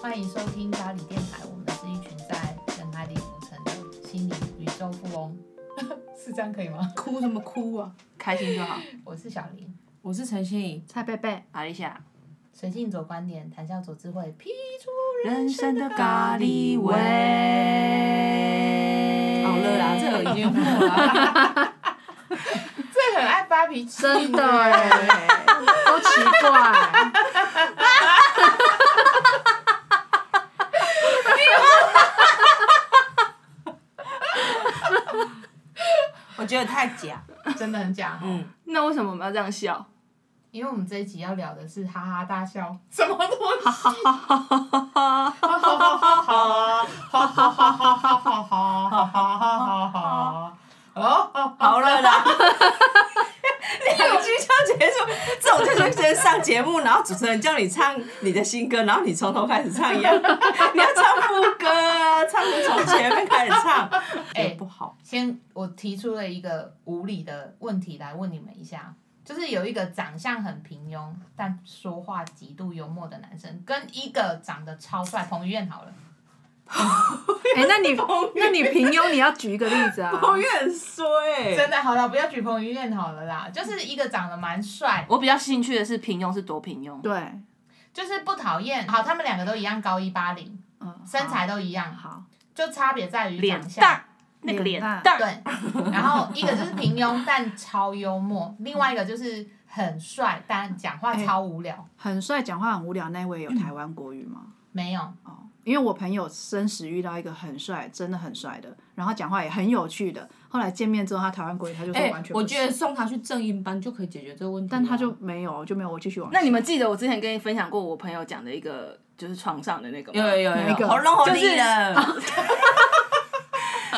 欢迎收听咖喱电台，我们是一群在人海里浮沉的心理宇宙富翁，是这样可以吗？哭什么哭啊？开心就好。我是小林，我是陈信颖，蔡贝贝，阿丽夏。随性左观点，谈笑左智慧，劈出人生的咖喱喱味味。好了啦，这 个已经过了。这很爱发脾气，真的哎，好奇怪，我觉得太假。真的很假哦。嗯，那为什么我们要这样笑？因为我们这一集要聊的是哈哈大笑，什么东西？哈哈哈哈哈哈哈哈哈哈哈哈哈哈哈哈！哦，好了啦。两句就结束，这种就是先上节目，然后主持人叫你唱你的新歌，然后你从头开始唱一 样，你要唱副歌啊，唱从前面开始唱，哎 哎、不好，先我提出了一个无理的问题来问你们一下，就是有一个长相很平庸但说话极度幽默的男生，跟一个长得超帅彭于晏好了，哎，那你那你平庸，你要举一个例子啊？我很衰、欸，真的好了，不要举彭于晏好了啦，就是一个长得蛮帅，我比较兴趣的是平庸是多平庸，对，就是不讨厌。好，他们两个都一样高一八零，嗯，身材都一样，好，就差别在于脸长相蛋。那个脸脸蛋蛋，对，然后一个就是平庸但超幽默，另外一个就是很帅但讲话超无聊。很帅，讲话很无聊那位有台湾国语吗？没有，哦，因为我朋友生时遇到一个很帅，真的很帅的，然后讲话也很有趣的，后来见面之后，他台湾国语他就说哎、完全不我行，觉得送他去正音班就可以解决这个问题，但他就没有就没有，我继续往下。那你们记得我之前跟你分享过我朋友讲的一个就是床上的那个吗有有有哪一个喉咙喉就力是了，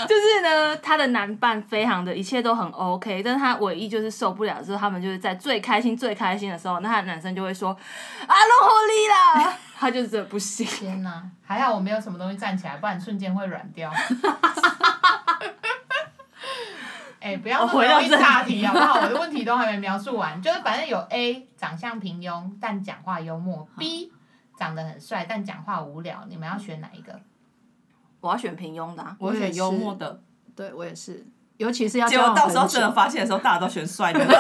就是呢，她的男伴非常的一切都很 OK，但是她唯一就是受不了的是，他们就是在最开心最开心的时候，那她的男生就会说啊弄火力啦， 她就真的不行。天哪，还好我没有什么东西站起来，不然瞬间会软掉。 哎、不要那么容易岔题好不好？我的问题都还没描述完，就是反正有 A 长相平庸但讲话幽默，B 长得很帅但讲话无聊，你们要选哪一个？我要选平庸的、啊，我选幽默的，对我也是，尤其是要结交果往到时候很久真的发现的时候，大家都选帅 的，不想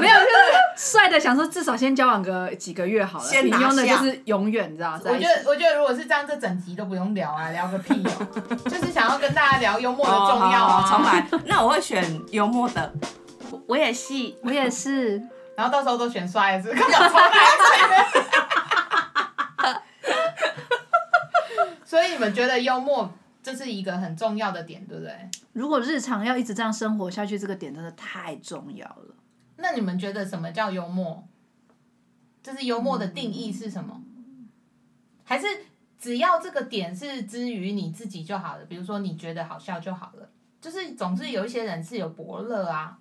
没有，就是帅的想说至少先交往个几个月好了，先平拿庸的就下是永远，你知道？在我一起觉得，我觉得如果是这样，这整集都不用聊啊，聊个屁哦、 就是想要跟大家聊幽默的重要哦啊，重来。那我会选幽默的，我我也是，我也是，然后到时候都选帅的是，根本重来一次。所以你们觉得幽默这是一个很重要的点，对不对？如果日常要一直这样生活下去，这个点真的太重要了。那你们觉得什么叫幽默？就是幽默的定义是什么？还是只要这个点是之于你自己就好了？比如说你觉得好笑就好了。就是总是有一些人是有伯乐啊，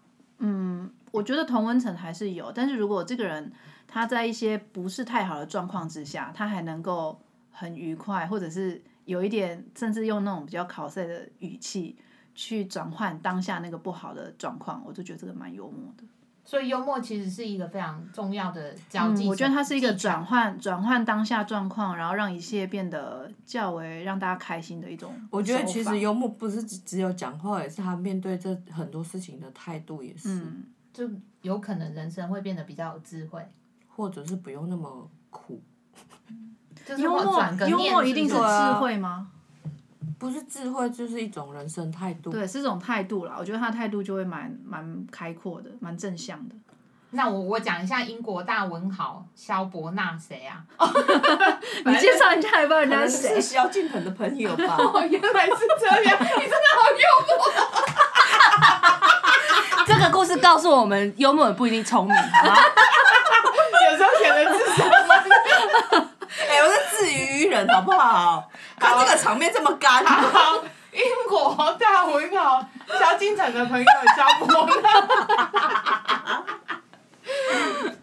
我觉得同温层还是有，但是如果这个人他在一些不是太好的状况之下，他还能够很愉快，或者是有一点甚至用那种比较考试的语气去转换当下那个不好的状况，我就觉得这个蛮幽默的。所以幽默其实是一个非常重要的交际嗯，手、我觉得它是一个技巧转换，转换当下状况，然后让一切变得较为让大家开心的一种手法。我觉得其实幽默不是只只有讲话，也是他面对这很多事情的态度，也是，嗯，就有可能人生会变得比较有智慧，或者是不用那么苦，就是幽或默转个幽念默一定是是智不是啊慧吗？不是智慧，就是一种人生态度。对，是这种态度啦。我觉得他的态度就会蛮蛮开阔的，蛮正向的。那我我讲一下英国大文豪萧伯纳谁啊？你介绍人家还不知道人可家能是谁是？萧敬腾的朋友吧，哦，原来是这样，你真的好幽默。 这个故事告诉我们，幽默也不一定聪明，好吗？有时候选的是什么？哎、我是自娱于人，好不好？看这个场面这么干，好，英国大文豪萧敬腾的朋友萧伯纳。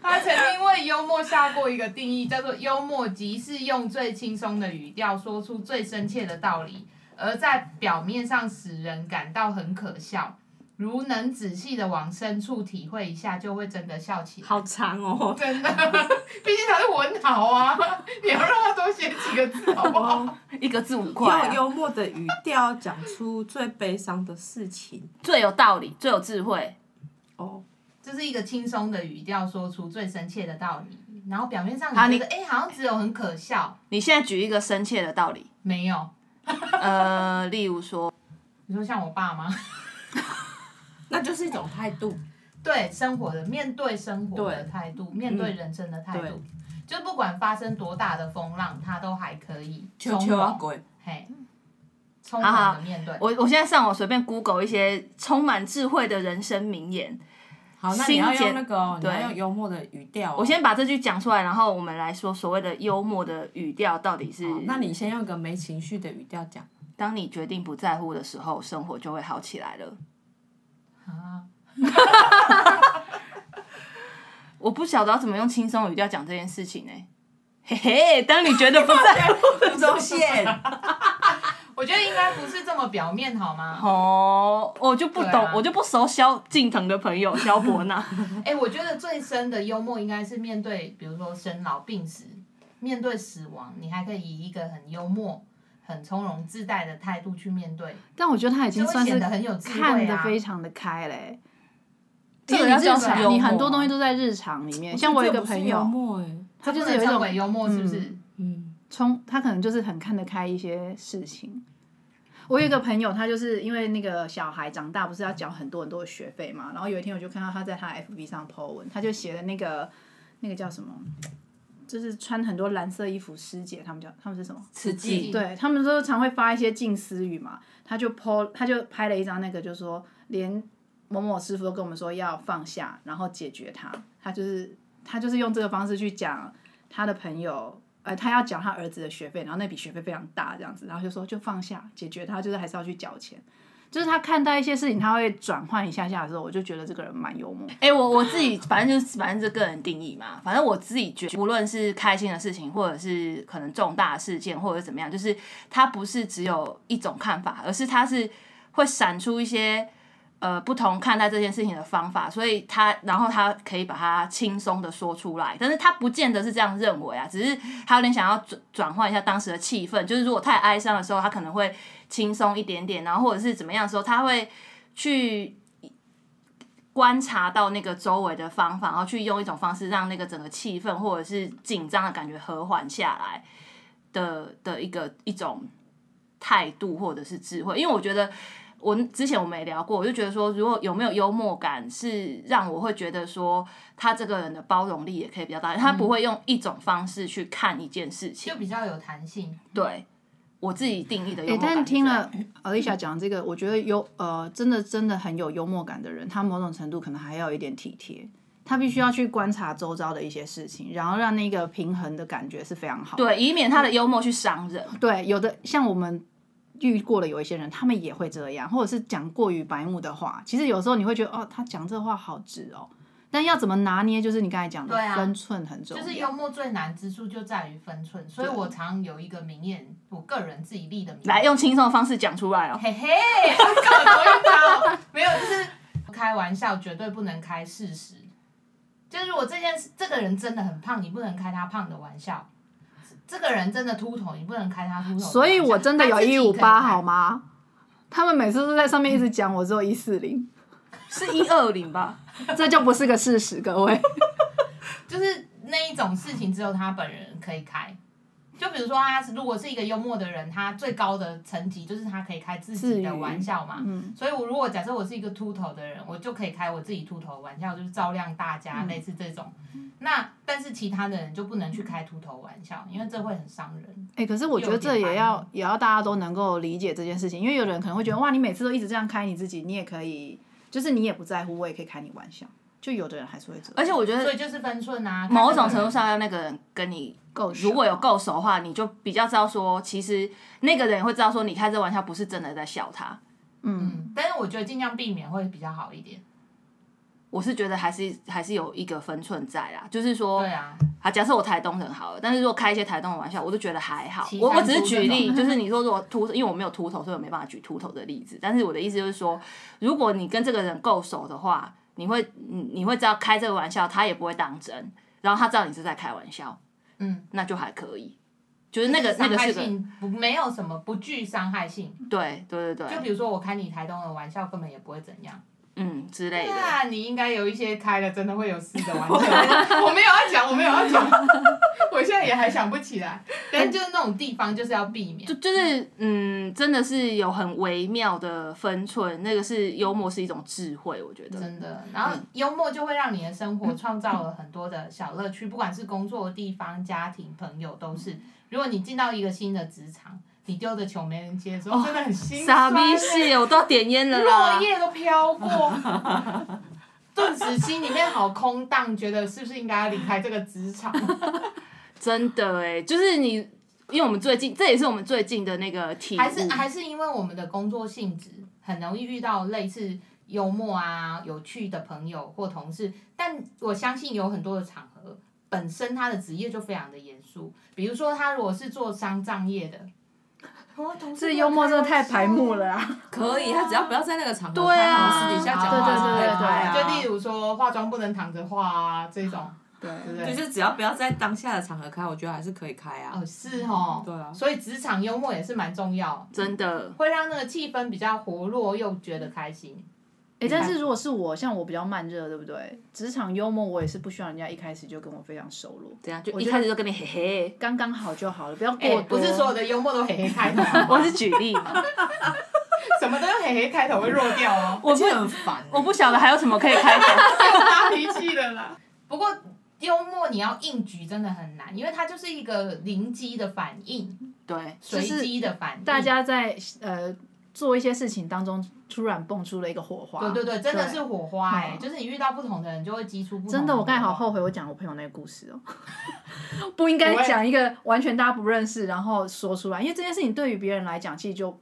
他曾经为幽默下过一个定义，叫做“幽默即是用最轻松的语调说出最深切的道理，而在表面上使人感到很可笑，如能仔细的往深处体会一下，就会真的笑起来。好长哦。真的，毕竟他是文豪啊，你要让他多写几个字好不好？一个字五块、用啊，幽默的语调讲出最悲伤的事情最有道理，最有智慧。哦。这是一个轻松的语调，说出最深切的道理。然后表面上好你觉得，哎、好像只有很可笑，你现在举一个深切的道理，没有。呃，例如说，你说像我爸吗？那就是一种态度， 对生活的面对生活的对嗯态度，面对人生的态度，对就是不管发生多大的风浪，他都还可以求从求啊容，鬼，嘿，从好容好的面对。我我现在上网随便 Google 一些充满智慧的人生名言，好，那你要心结用那个哦，你要对用幽默的语调哦。我先把这句讲出来，然后我们来说所谓的幽默的语调到底是。哦好，那你先用一个没情绪的语调讲。当你决定不在乎的时候，生活就会好起来了。啊， 我不晓得要怎么用轻松语调讲这件事情呢、嘿嘿，当你觉得 不在啊乎吴宗宪，我觉得应该不是这么表面好吗？哦，我就不懂，对啊我就不熟萧敬腾的朋友萧伯纳。哎、我觉得最深的幽默应该是面对，比如说生老病死，面对死亡，你还可以以一个很幽默、很从容自带的态度去面对，但我觉得他已就经会算显是得很有智慧啊。看得非常的开嘞、这因个为要你日叫什么幽常，默你很多东西都在日常里面。像我有一个朋这不是幽友，默哎，他就不是有能一称种为幽默，是不是？嗯，冲，他可能就是很看得开一些事情。我有一个朋友，他就是因为那个小孩长大不是要缴很多很多的学费嘛，然后有一天我就看到他在他的 FB 上 po 文，他就写的那个那个叫什么，就是穿很多蓝色衣服师姐，他们叫他们是什么？刺激激，对他们都常会发一些近思语嘛，他就 po 他就拍了一张那个，就说连某某师傅都跟我们说要放下，然后解决它。他就是他就是用这个方式去讲他的朋友，呃，他要讲他儿子的学费，然后那笔学费非常大，这样子，然后就说就放下，解决它，就是还是要去缴钱。就是他看待一些事情，他会转换一下下的时候，我就觉得这个人蛮幽默。哎、我我自己反正就是反正这个人定义嘛，反正我自己觉得，无论是开心的事情，或者是可能重大的事件，或者是怎么样，就是它不是只有一种看法，而是它是会闪出一些呃不同看待这件事情的方法，所以他然后他可以把它轻松的说出来，但是他不见得是这样认为啊，只是他有点想要转转换一下当时的气氛，就是如果太哀伤的时候，他可能会轻松一点点，然后或者是怎么样的时候，他会去。观察到那个周围的方法，然后去用一种方式让那个整个气氛或者是紧张的感觉和缓下来的的一个一种态度或者是智慧。因为我觉得我之前我们也聊过，我就觉得说，如果有没有幽默感，是让我会觉得说他这个人的包容力也可以比较大，他不会用一种方式去看一件事情就。比较有弹性。对我自己定义的幽欸默感是这样、但听了嗯 Alicia 讲这个，我觉得幽呃，真的真的很有幽默感的人，他某种程度可能还要有一点体贴，他必须要去观察周遭的一些事情，然后让那个平衡的感觉是非常好的。对，以免他的幽默去伤人。对，有的像我们遇过的有一些人，他们也会这样，或者是讲过于白目的话。其实有时候你会觉得，哦，他讲这话好直哦，但要怎么拿捏，就是你刚才讲的对啊分寸很重就要。是幽默最难之处就在于分寸，所以我常有一个名言，我个人自己立的名言来，用轻松的方式讲出来哦。嘿嘿，干嘛同一招？没有，就是开玩笑绝对不能开事实。就是如果这件事，这个人真的很胖，你不能开他胖的玩笑；这个人真的秃头，你不能开他秃头的玩笑。所以我真的有他自己一可以五八开好？吗？他们每次都在上面一直讲我只有一四零，是一二零吧？ 这就不是个事实，各位。就是那一种事情，只有他本人可以开。就比如说，他如果是一个幽默的人，他最高的层级就是他可以开自己的玩笑嘛。嗯，所以，我如果假设我是一个秃头的人，我就可以开我自己秃头的玩笑，就是照亮大嗯家，类似这种。那但是其他的人就不能去开秃头玩笑，因为这会很伤嗯人。 哎、可是我觉得这也要也要大家都能够理解这件事情，因为有的人可能会觉得哇，你每次都一直这样开你自己，你也可以，就是你也不在乎，我也可以开你玩笑。就有的人还是会这样，而且我觉所得以就是分寸啊，某种程度上，要那个人跟你够如果有够熟的话，你就比较知道说，其实那个人也会知道说，你开这玩笑不是真的在笑他。嗯，嗯，但是我觉得尽量避免会比较好一点。我是觉得还是还是有一个分寸在啦，就是说，对啊，啊，假设我台东人好了，但是如果开一些台东的玩笑，我就觉得还好其。他我我只是族举这种例，就是你说如果秃，因为我没有秃头，所以我没办法举秃头的例子。但是我的意思就是说，如果你跟这个人够熟的话，你会你你会知道开这个玩笑，他也不会当真，然后他知道你是在开玩笑，嗯，那就还可以。就是那个那伤个害是个性不没有什么不具伤害性，对对对就对，比如说我开你台东的玩笑，根本也不会怎样。嗯之类的。那你应该有一些开了真的会有事的玩笑， 我没有要讲，我没有要讲， 我现在也还想不起来。但是就是那种地方就是要避免就，就是嗯，真的是有很微妙的分寸，那个是幽默是一种智慧，我觉得。真的。然后幽默就会让你的生活创造了很多的小乐趣，不管是工作的地方、家庭、朋友都是。如果你进到一个新的职场，你丢的球没人接的时候，真的很心傻酸逼欸。是，我都要点烟了啦落。叶都飘过，顿时心里面好空荡，觉得是不是应该要离开这个职场？真的哎，就是你，因为我们最近，这也是我们最近的那个题目，还是还是因为我们的工作性质，很容易遇到类似幽默啊、有趣的朋友或同事。但我相信有很多的场合，本身他的职业就非常的严肃。比如说，他如果是做丧葬业的，哦同事这幽默真的太排目了啊！啊！可以，他只要不要在那个场合对拍，啊私底下讲话对对是可对以对拍啊就例如说化妆不能躺着化啊这种，对，对不就对？是只要不要在当下的场合开，我觉得还是可以开啊哦，。是哦，对啊所以职场幽默也是蛮重要，真的。会让那个气氛比较活络，又觉得开心。哎，但是如果是我，像我比较慢热，对不对？职场幽默，我也是不需要人家一开始就跟我非常熟络，怎样？就我一觉得开始就跟你嘿嘿，刚刚好就好了，不要啊哎、过多。不是所有的幽默都嘿嘿开头 好不好，我是举例， 什么都用嘿嘿开头会弱掉 哦，我不就很烦，欸我不晓得还有什么可以开口。发脾气的啦。不过幽默你要应局真的很难，因为它就是一个灵机的反应， 对，随是机的反应。大家在呃做一些事情当中，突然蹦出了一个火花。对对对，真的是火花哎、嗯就是你遇到不同的人就会激出不同真的，我刚才好火花后悔，我讲我朋友那个故事哦、 不应该讲一个完全大家不认识，然后说出来，因为这件事情对于别人来讲，其实就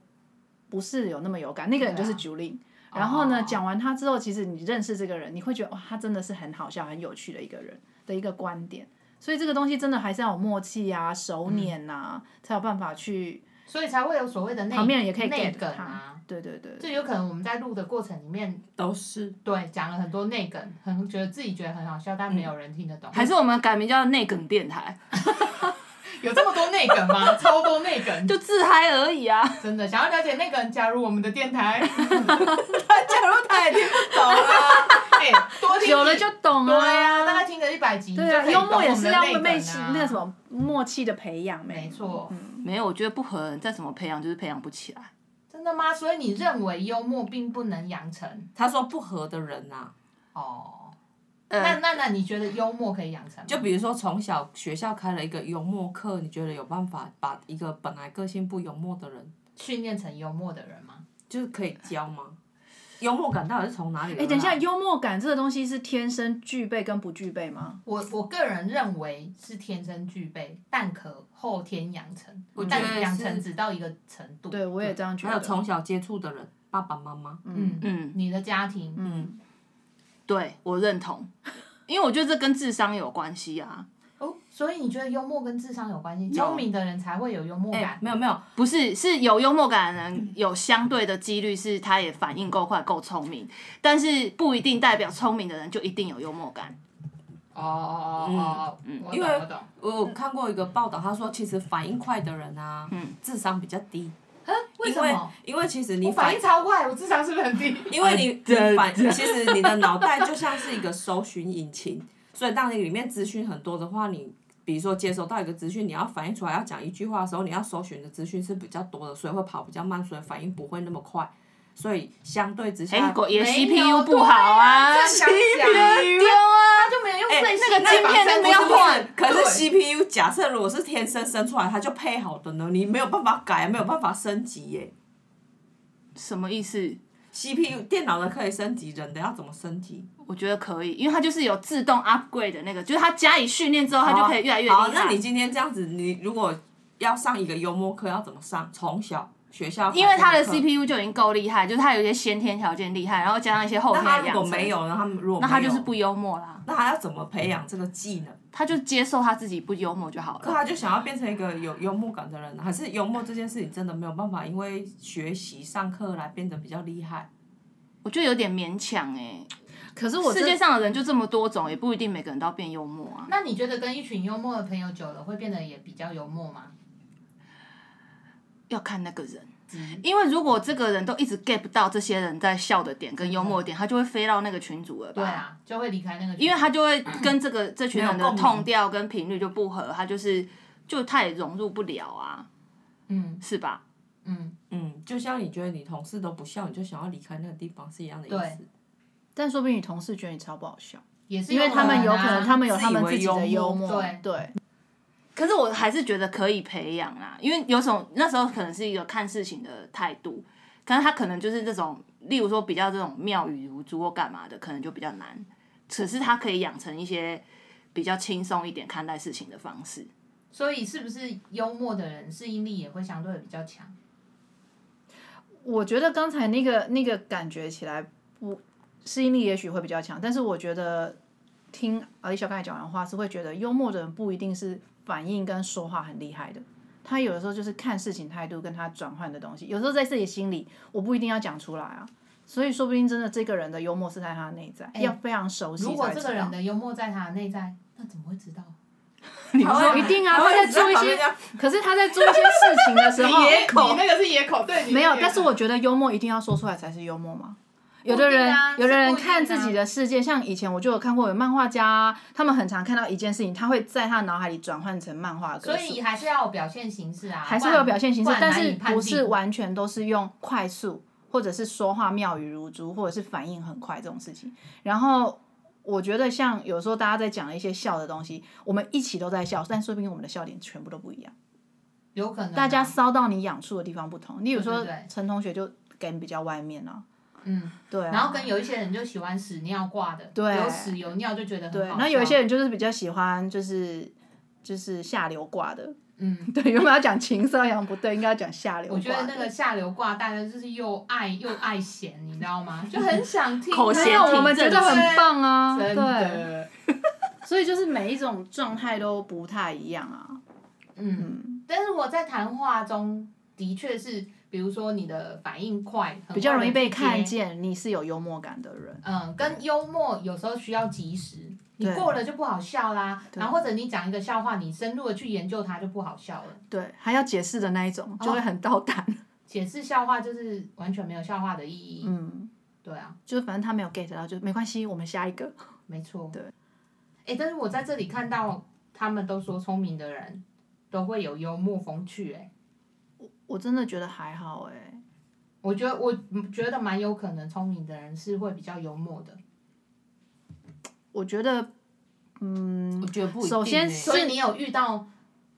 不是有那么有感。那个人就是对啊 Julie，、然后呢，哦讲完他之后，其实你认识这个人，你会觉得哇，他真的是很好笑、很有趣的一个人的一个观点。所以这个东西真的还是要有默契啊、嗯熟稔啊，才有办法去所以才会有所谓的内旁边人也可以内 get 梗他啊。。对对对，这有可能我们在录的过程里面，都是对讲了很多内梗，很觉得自己觉得很好笑，嗯但没有人听得懂。还是我们改名叫内梗电台，有这么多内 梗吗？超多内梗，就自嗨而已啊。真的想要了解内梗，加入我们的电 台。 他假如他也听不懂啊，哎，多听几久了就懂对了、呀、大概听个一百集，对啊，你就可以幽默也是要懂我们的被内气梗啊那个什，么嗯默契的培养没？没错，没有，我觉得不合，再怎么培养就是培养不起来。真的吗？所以你认为幽默并不能养成他说不合的人啊呐，哦？那呃，那那你觉得幽默可以养成吗？就比如说从小学校开了一个幽默课，你觉得有办法把一个本来个性不幽默的人，训练成幽默的人吗？就是可以教吗？幽默感到底是从哪里来？哎、等一下，，幽默感这个东西是天生具备跟不具备吗？我我个人认为是天生具备，但可后天养成我，觉得但养成是只到一个程度。对，我也这样觉还有得。从小接触的人，爸爸妈妈，嗯，嗯，你的家庭，嗯，对我认同，因为我觉得这跟智商有关系啊。哦，所以你觉得幽默跟智商有关系？有聪明的人才会有幽默哎、感，没有没有，不是，是有幽默感的人，有相对的几率是他也反应够快、够聪明，但是不一定代表聪明的人就一定有幽默感。哦哦哦哦，嗯嗯我因懂为啊我懂。我有看过一个报道，他说其实反应快的人啊，嗯智商比较低，啊？为因什为么？因为其实我你反应啊超快，我智商是不是很低？因为你你反，其实你的脑袋就像是一个搜寻引擎，所以当你里面资讯很多的话，你比如说接收到一个资讯，你要反应出来要讲一句话的时候，你要搜寻的资讯是比较多的，所以会跑比较慢，所以反应不会那么快，所以相对之下，哎、果也没有 CPU 不好啊，对这样 想想丢啊！他就没有用哎最新的那个版晶本，片那个要换 可对是 CPU 假设如果是天生生出来，它就配好的呢，你没有办法改，没有办法升级耶。什么意思？ CPU 电脑的可以升级，人的要怎么升级？我觉得可以，因为它就是有自动 upgrade 的那个，就是它加以训练之后，它就可哦以越来越厉害。好，那你今天这样子，你如果要上一个幽默课，要怎么上？从小学校考试因为他的课 CPU 就已经够厉害，就是他有一些先天条件厉害，然后加上一些后那天他的如养果成，没有呢？他们如果那他没就是有不幽默啦，那他要怎么培养这个技能？他就接受他自己不幽默就好可了。他就想要变成一个有幽默感的人，还是幽默这件事情真的没有办法，因为学习上课来变得比较厉害。我觉得有点勉强哎、 可是我世界真上的人就这么多种，也不一定每个人都要变幽默啊。那你觉得跟一群幽默的朋友久了，会变得也比较幽默吗？要看那个人，因为如果这个人都一直 get 不到这些人在笑的点跟幽默的点，他就会飞到那个群组了吧？对，啊，就会离开那个群，因为他就会跟这个这群人没的有共鸣痛调跟频率就不合，他就是就他也融入不了啊，嗯是吧？嗯，嗯，就像你觉得你同事都不笑，你就想要离开那个地方是一样的意思对。但说不定你同事觉得你超不好笑，也是啊因为他们有可能他们有自他们以为自己的幽幽默默对，对，可是我还是觉得可以培养啦，因为有种那时候可能是一个看事情的态度，可是他可能就是这种，例如说比较这种妙语如珠或干嘛的，可能就比较难。可是他可以养成一些比较轻松一点看待事情的方式。所以是不是幽默的人适应力也会相对比较强？我觉得刚才那个那个感觉起来不适应力也许会比较强，但是我觉得听阿丽小刚才讲完话是会觉得幽默的人不一定是反应跟说话很厉害的，他有的时候就是看事情态度跟他转换的东西，有时候在自己心里我不一定要讲出来啊，所以说不定真的这个人的幽默是在他的内哎在，要非常熟悉才如知道。果这个人的幽默在他的内在，那怎么会知道？你他会一定啊，他他会在一直在做一旁边些这样，可是他在做一些事情的时 候，口，那个是野口，对，啊没有，但是我觉得幽默一定要说出来才是幽默嘛。有的不一人，定啊有的是人不一定啊看自己的世界，像以前我就有看过有漫画家啊，他们很常看到一件事情，他会在他脑海里转换成漫画的歌所词，以还是要有表现形式啊，还是不会然有表现形式，然但难是以判不是定完全都是用快速，或者是说话妙语如珠，或者是反应很快这种事情。然后我觉得像有时候大家在讲一些笑的东西，我们一起都在笑，但说不定我们的笑点全部都不一样。有可能啊大家骚到你痒处的地方不同。例如说对对对，陈同学就梗比较外面啊，嗯，对啊然后跟有一些人就喜欢屎尿挂的，对有屎有尿就觉得对，很好然后有一笑些人就是比较喜欢就是就是下流挂的， 嗯，对，原本要讲情色样不对，应该要讲下流我挂觉得那个的。下流挂大家就是又爱又爱嫌，你知道 吗？就很想听口那嫌没有，种体我们觉得很棒啊，真对，的，所以就是每一种状态都不太一样啊。嗯，但是我在谈话中的确是，比如说你的反应快，很快比较容易被看地接，见你是有幽默感的人，嗯，跟幽默有时候需要及时。你对过了就不好笑啦，对然后或者你讲一个笑话，你深入的去研究它就不好笑了。对，还要解释的那一种，哦就会很到胆。解释笑话就是完全没有笑话的意义。嗯，对啊，就是反正他没有 get 到，就没关系，我们下一个。没错。对。哎、但是我在这里看到他们都说聪明的人都会有幽默风趣、哎，我真的觉得还好哎、我觉得我觉得蛮有可能聪明的人是会比较幽默的。我觉得，嗯我，觉得不一定欸。首先所以你有遇到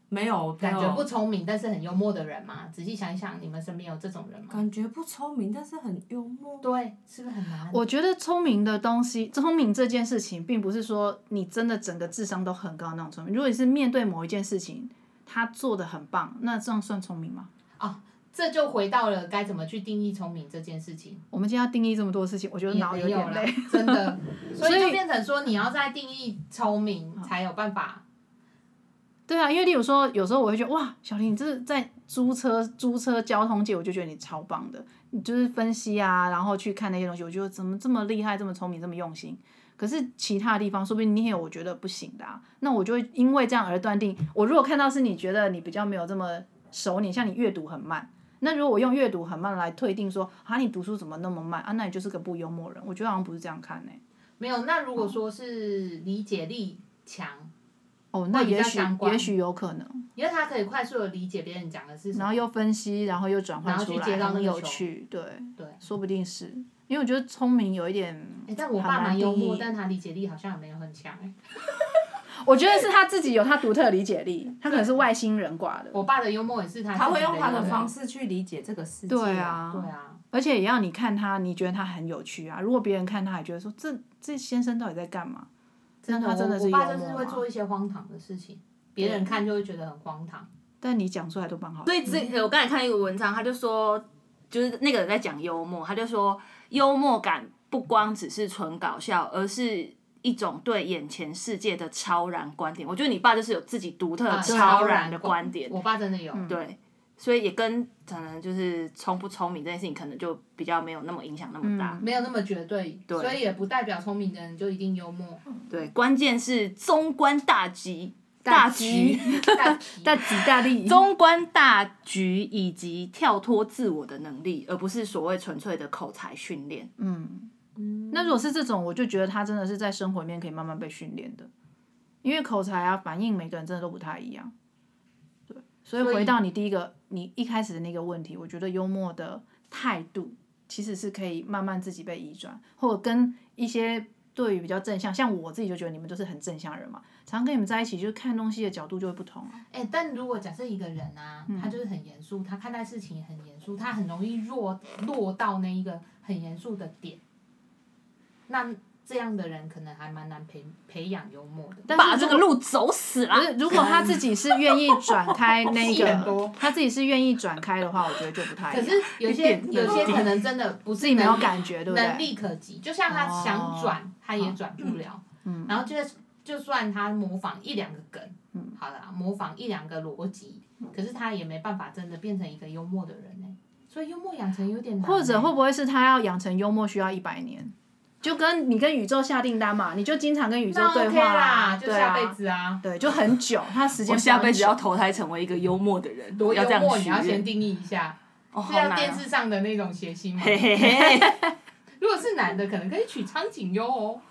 没有感没觉有不聪明但是很幽默的人吗？仔细想一想，你们身边有这种人吗？感觉不聪明，但是很幽默。对，是不是很难？我觉得聪明的东西，聪明这件事情，并不是说你真的整个智商都很高那种聪明。如果你是面对某一件事情，他做的很棒，那这样算聪明吗？这就回到了该怎么去定义聪明这件事情。我们今天要定义这么多事情，我觉得也脑没有有点啦累。， 真的，所以所就以变成说你要再定义聪明才有办法。对啊，因为例如说，有时候我会觉得哇，小林，你这是在租车租车交通界，我就觉得你超棒的，你就是分析啊，然后去看那些东西，我觉得怎么这么厉害，这么聪明，这么用心。可是其他地方，说不定你也有我觉得不行的、啊，那我就会因为这样而断定，我如果看到是你觉得你比较没有这么熟你，像你阅读很慢，那如果我用阅读很慢来推定说啊，你读书怎么那么慢啊，那你就是个不幽默人，我觉得好像不是这样看呢、欸没有，那如果说是理解力强，哦，那会比较也许相关也许有可能。因为他可以快速的理解别人讲的是什然后么。又分析，然后又转换然后出去来，接到很那个有球趣，对对说不定是因为我觉得聪明有一点，诶但我很爸蛮难幽默，定义但他理解力好像也没有很强诶我觉得是他自己有他独特的理解力，他可能是外星人挂的，我爸的幽默也是他他会用他自己的幽默方。式去理解这个世界。对对啊，啊，而且也要你看他，你觉得他很有趣啊，如果别人看他也觉得说这这先生到底在干嘛，那真的，他真的我是我幽爸默啊就是会吗？做一些荒唐的事情，别人看就会觉得很荒唐。但你讲出来都蛮好的。所以这呃我刚才看一个文章，他就说，就是那个人在讲幽默，他就说幽默感不光只是纯搞笑，而是一种对眼前世界的超然观点。我觉得你爸就是有自己独特啊超然的观点，我爸真的嗯有，对，对，所以也跟可能就是聪不聪明这件事情，可能就比较没有那么影响那么大。没有那么绝对，所以也不代表聪明的人就一定幽默。 对，关键是综观大局，嗯大局。大题大吉大 利，中观大局以及跳脱自我的能力，而不是所谓纯粹的口才训练。嗯，那如果是这种，我就觉得他真的是在生活里面可以慢慢被训练的，因为口才啊、反应，每个人真的都不太一样。对，所以所以回到你第一个，你一开始的那个问题，我觉得幽默的态度其实是可以慢慢自己被移转，或者跟一些对于比较正向，像我自己就觉得你们就是很正向人嘛，常跟你们在一起，就是看东西的角度就会不同啊。哎、但如果假设一个人啊，嗯他就是很严肃，他看待事情也很严肃，他很容易落落到那一个很严肃的点，那这样的人可能还蛮难培培养幽默的。但把是这如个果路走死啦不！是，如果他自己是愿意转 开那啊戏很多个，他自己是愿意转开的话，我觉得就不太一可样。是有些一点有些可能真的不自是己没有能力感觉，对不哦能对？力可及，就像他想转，他也转不了。嗯然后就是就算他模仿一两个梗，嗯好了，模仿一两个逻辑，可是他也没办法真的变成一个幽默的人呢、欸所以幽默养成有点难、欸或者会不会是他要养成幽默需要一百年？就跟你跟宇宙下订单嘛，你就经常跟宇宙那对 OK 话啊啦，就对下辈啊，子啊。对，就很久，他时 间我下非常辈子久要投胎成为一个幽默的人，多要幽这样默，你许要先愿。定义一下，哦，好是要难电啊、视上的那种谐星吗？嘿嘿嘿！如果是男的，可能可以娶苍井优哦。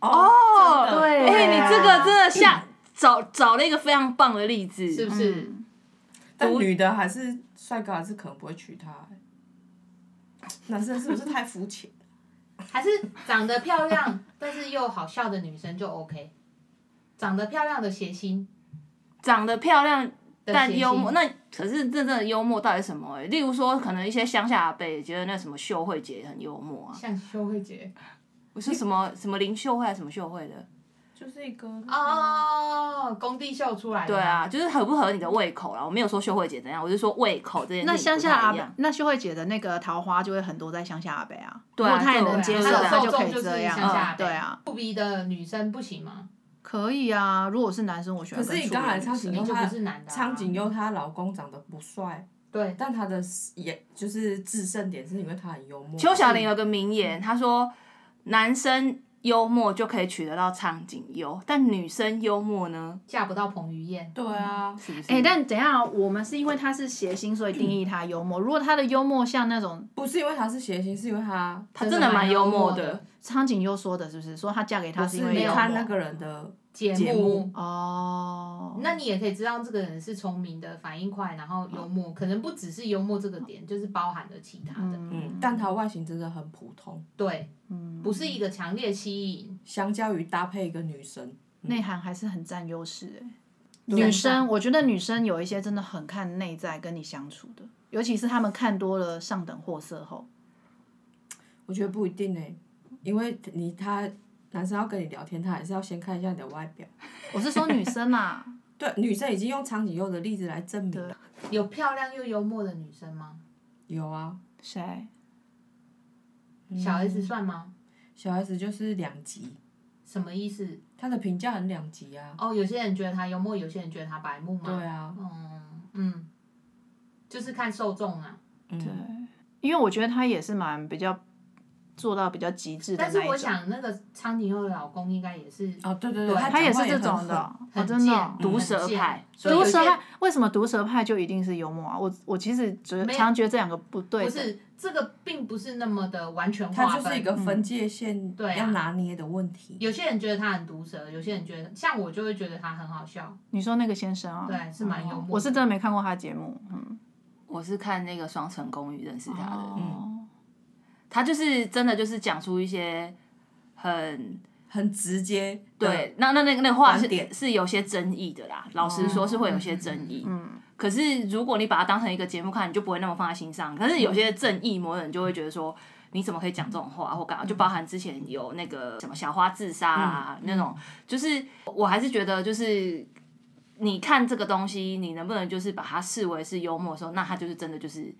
哦，真的对 哎、啊你这个真的下找找了一个非常棒的例子，是不是？嗯但女的还是帅哥，还是可能不会娶她、欸男生是不是太肤浅？还是长得漂亮 但是又好笑的女生就 OK，长得漂亮的谐星长得漂亮的但谐幽默，星那可是真正的幽默到底是什么、欸？例如说，可能一些乡下阿伯也觉得那什么秀慧姐很幽默啊，像修慧姐不是什么什么林秀慧还是什么秀哎慧的，就是一个哦，工地秀出来的对，啊，就是合不合你的胃口啦。我没有说秀慧姐怎样，我是说胃口这件事情那乡下阿不太一北样，那秀慧姐的那个桃花就会很多在乡下阿北啊，对啊如果他也能接受，对啊他受可众以就是这样乡下阿啊，北对啊，不逼的女生不行吗？可以啊。如果是男生，我喜欢可跟是你淑刚才女超女级生就不是 男的、啊，苍井优，她老公长得不帅，对，但她的也就是制胜点是因为她很幽默。邱小玲有个名言，她说：“男生幽默就可以娶得到苍井优，但女生幽默呢？嫁不到彭于晏，对啊，是不是？”哎、但等一下哦，我们是因为他是谐星，所以定义他幽默。如果他的幽默像那种不是因为她是谐星，是因为她她真的蛮幽默的，苍井优说的，是不是说他嫁给他是是因为没幽有默看那个人的节节目哦？那你也可以知道这个人是聪明的，反应快，然后幽默，可能不只是幽默这个嗯点，就是包含了其他的。嗯，但她外形真的很普通，对，嗯不是一个强烈吸引，相较于搭配一个女神，内涵还是很占优势哎。对女生，我觉得女生有一些真的很看内在跟你相处的，尤其是她们看多了上等货色后，我觉得不一定呢、因为你他男生要跟你聊天，他还是要先看一下你的外表。我是说女生啊啦，对，女生已经用苍井优的例子来证明了。有漂亮又幽默的女生吗？有啊， 谁？小 S 算吗？小 S 就是两极，什么意思？她的评价很两极啊。哦，有些人觉得她幽默，有些人觉得她白目吗？对啊，嗯嗯，就是看受众啊。对嗯，，因为我觉得她也是蛮比较做到比较极致的但那一种。是我想那个苍井优的老公应该也是哦，对对对她她也讲话是也这很种的哦，很哦贱真的嗯哦。毒舌很派，贱所以毒有些舌派为什么毒舌派就一定是幽默啊？我我其实觉得没有常觉得这两个不对不的，是这个，并不是那么的完全她划就是分。一个嗯分界线对啊要拿捏的问题。有些人觉得他很毒舌，有些人觉得像我就会觉得他很好笑。你说那个先生啊，对是蛮幽默的我是真的没看过他的节目，嗯，我是看那个《双城公寓》认识他的，嗯哦他就是真的就是讲出一些很很直接，对，那那那个那个话观是点是有些争议的啦。老实说，是会有些争议。哦嗯，可是如果你把它当成一个节目看，你就不会那么放在心上。可是有些正义魔人就会觉得说，你怎么可以讲这种话或干嘛？就包含之前有那个什么小花自杀啊、那种，就是我还是觉得就是你看这个东西，你能不能就是把它视为是幽默的时候，那它就是真的就是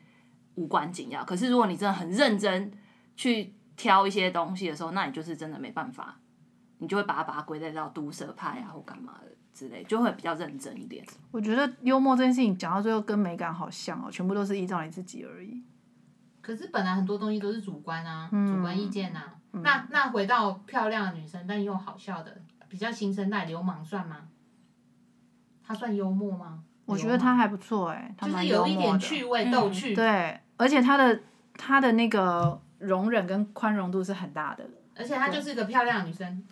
无关紧要。可是如果你真的很认真去挑一些东西的时候，那你就是真的没办法，你就会把它把它归类到毒舌派啊或干嘛的之类，就会比较认真一点。我觉得幽默这件事情讲到最后跟美感好像哦，全部都是依照你自己而已。可是本来很多东西都是主观啊，嗯主观意见啊。那那回到漂亮的女生，但又好笑的，比较新生代流氓算吗？他算幽默吗？我觉得他还不错哎、他就是蛮有幽一默点的。嗯趣味、逗趣，对，而且他的他的那个容忍跟宽容度是很大的，而且她就是一个漂亮的女生，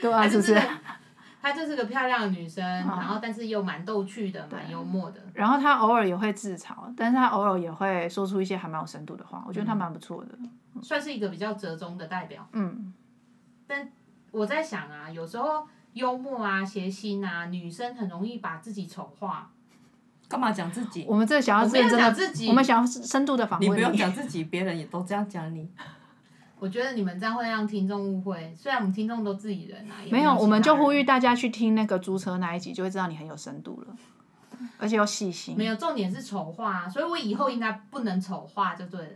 对啊，她是就不是是啊个？她就是个漂亮的女生，然后但是又蛮逗趣的，蛮幽默的。然后他偶尔也会自嘲，但是他偶尔也会说出一些还蛮有深度的话，我觉得嗯他蛮不错的。算是一个比较折中的代表。嗯，我在想啊，有时候幽默啊、谐星啊，女生很容易把自己丑化。干嘛讲自己？我们这想要我没有认真讲的，自己我们想要深度的访你不问用讲自己，别人也都这样讲你。我觉得你们这样会让听众误会，虽然我们听众都自己人啊，也没有，我们就呼吁大，大家去听那个租车那一集，就会知道你很有深度了，而且有细心嗯没。有重点是丑化、啊，所以我以后应该不能丑化就对了。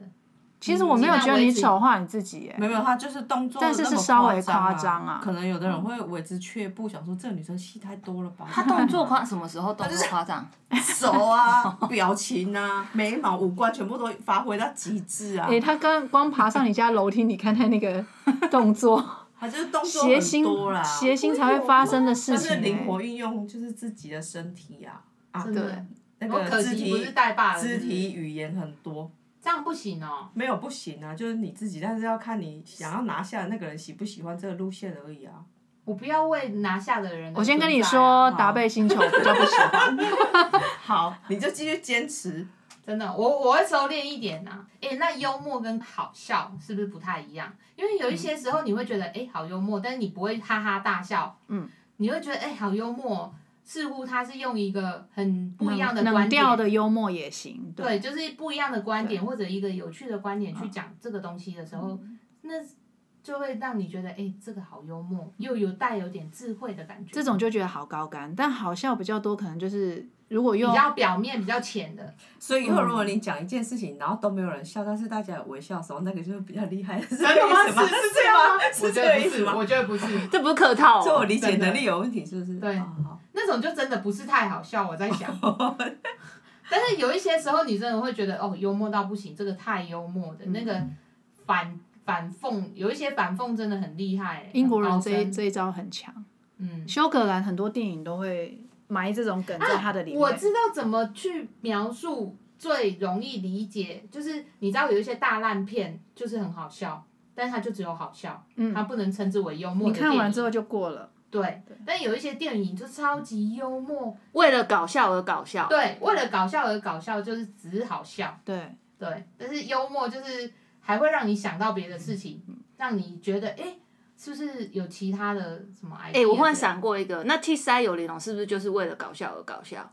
其实我没有觉得尽量你维持丑化你自己耶，没有，他就是动作那但么是张啊，是稍微夸张啊可能有的人会为之却步，想说这女生戏太多了吧？他动作夸什么时候动作夸张？手啊、表情啊、眉毛、五官全部都发挥到极致啊诶、！他刚光爬上你家楼梯，你看他那个动 作，他就是动作谐很星多啦，谐星才会发生的事他情、是灵欸。活运用就是自己的身体啊，啊，真的对，那我哦可个肢惜不是体带爸了，是肢不是体语言很多，这样不行哦。没有不行啊，就是你自己，但是要看你想要拿下的那个人喜不喜欢这个路线而已啊。我不要为拿下的啊人、我先跟你说，，达贝星球比较不喜欢。好，你就继续坚持。真的，我我会收敛一点呐、啊。哎、那幽默跟好笑是不是不太一样？因为有嗯一些时候你会觉得哎、诶好幽默，但是你不会哈哈大笑，嗯，你会觉得哎、诶好幽默，似乎他是用一个很 不一样的观冷调点，的幽默也行，对，就是不一样的观点或者一个有趣的观嗯点去讲这个东西的时候，那就会让你觉得哎、诶这个好幽默，又有带有点智慧的感觉。这种就觉得好高干，但好笑比较多，可能就是如果比用较表面、比较浅 的，所以以后如果你讲一件事情，然后都没有人笑，但是大家有微笑的时候，那个就是比较厉害，是这个意思吗？是这样吗？是这个意思吗？觉得不是。 这不是客套、所以我哦，理解能力有问题，是不是？对好好 那种就真的不是太好笑，我在 想。但是有一些时候，你真的会觉得哦，幽默到不行，这个太幽默的、那个反反讽，有一些反讽真的很厉害、欸。英国人这很一高深这一招很强，嗯，休格兰很多电影都会埋这种梗在他的里面。啊我知道怎么去描述最容易理解，就是你知道有一些大烂片就是很好笑，但它就只有好笑，它嗯，不能称之为幽默你的电影。看完之后就过了。对，但有一些电影就超级幽默，为了搞笑而搞笑。对，为了搞笑而搞笑，就是只好笑。对，对，但是幽默就是还会让你想到别的事情，让你觉得哎、诶是不是有其他的什么 idea？哎、我忽然闪过一个，那 T 三有玲珑是不是就是为了搞笑而搞笑？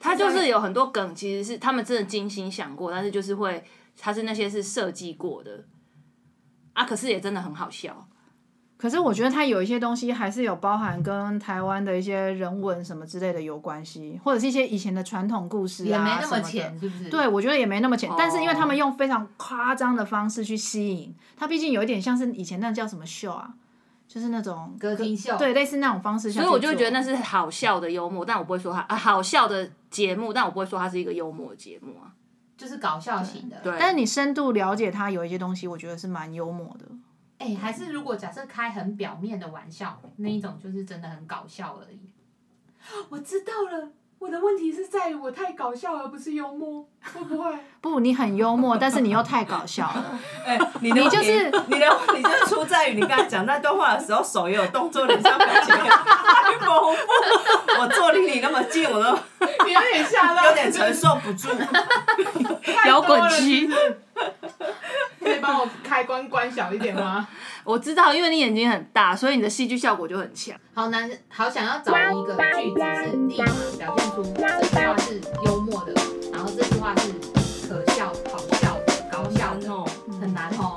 他就 T3 是有很多梗，其实是他们真的精心想过，但是就是会，他是那些是设计过的啊，可是也真的很好笑。可是我觉得他有一些东西还是有包含跟台湾的一些人文什么之类的有关系，或者是一些以前的传统故事啊，也没那么么的浅，是不是？对，我觉得也没那么浅，但是因为哦他们用非常夸张的方式去吸引，它毕竟有一点像是以前那叫什么秀啊，就是那种歌厅秀对，类似那种方式下所去以做。我就会觉得那是好笑的幽默，但我不会说它啊好笑的节目，但我不会说它是一个幽默的节目啊。就是搞笑型的。对，但是你深度了解它有一些东西，我觉得是蛮幽默的。哎、还是如果假设开很表面的玩笑，那一种就是真的很搞笑而已。我知道了。我的问题是在于我太搞笑而不是幽默，会不会？不，你很幽默，但是你又太搞笑了。哎，你的你就问题是你的问题就是出在于你刚才讲那段话的时候，手也有动作，脸上表 情也太丰富。我坐离你那么近，我都你有点吓到，有点承受不住。摇滚区，可以帮我开关关小一点吗？我知道，因为你眼睛很大，所以你的戏剧效果就很强。 好难，好想要找一个句子是立马表现出这句话是幽默的，然后这句话是可笑、好笑的、搞笑的，哦，很难哦。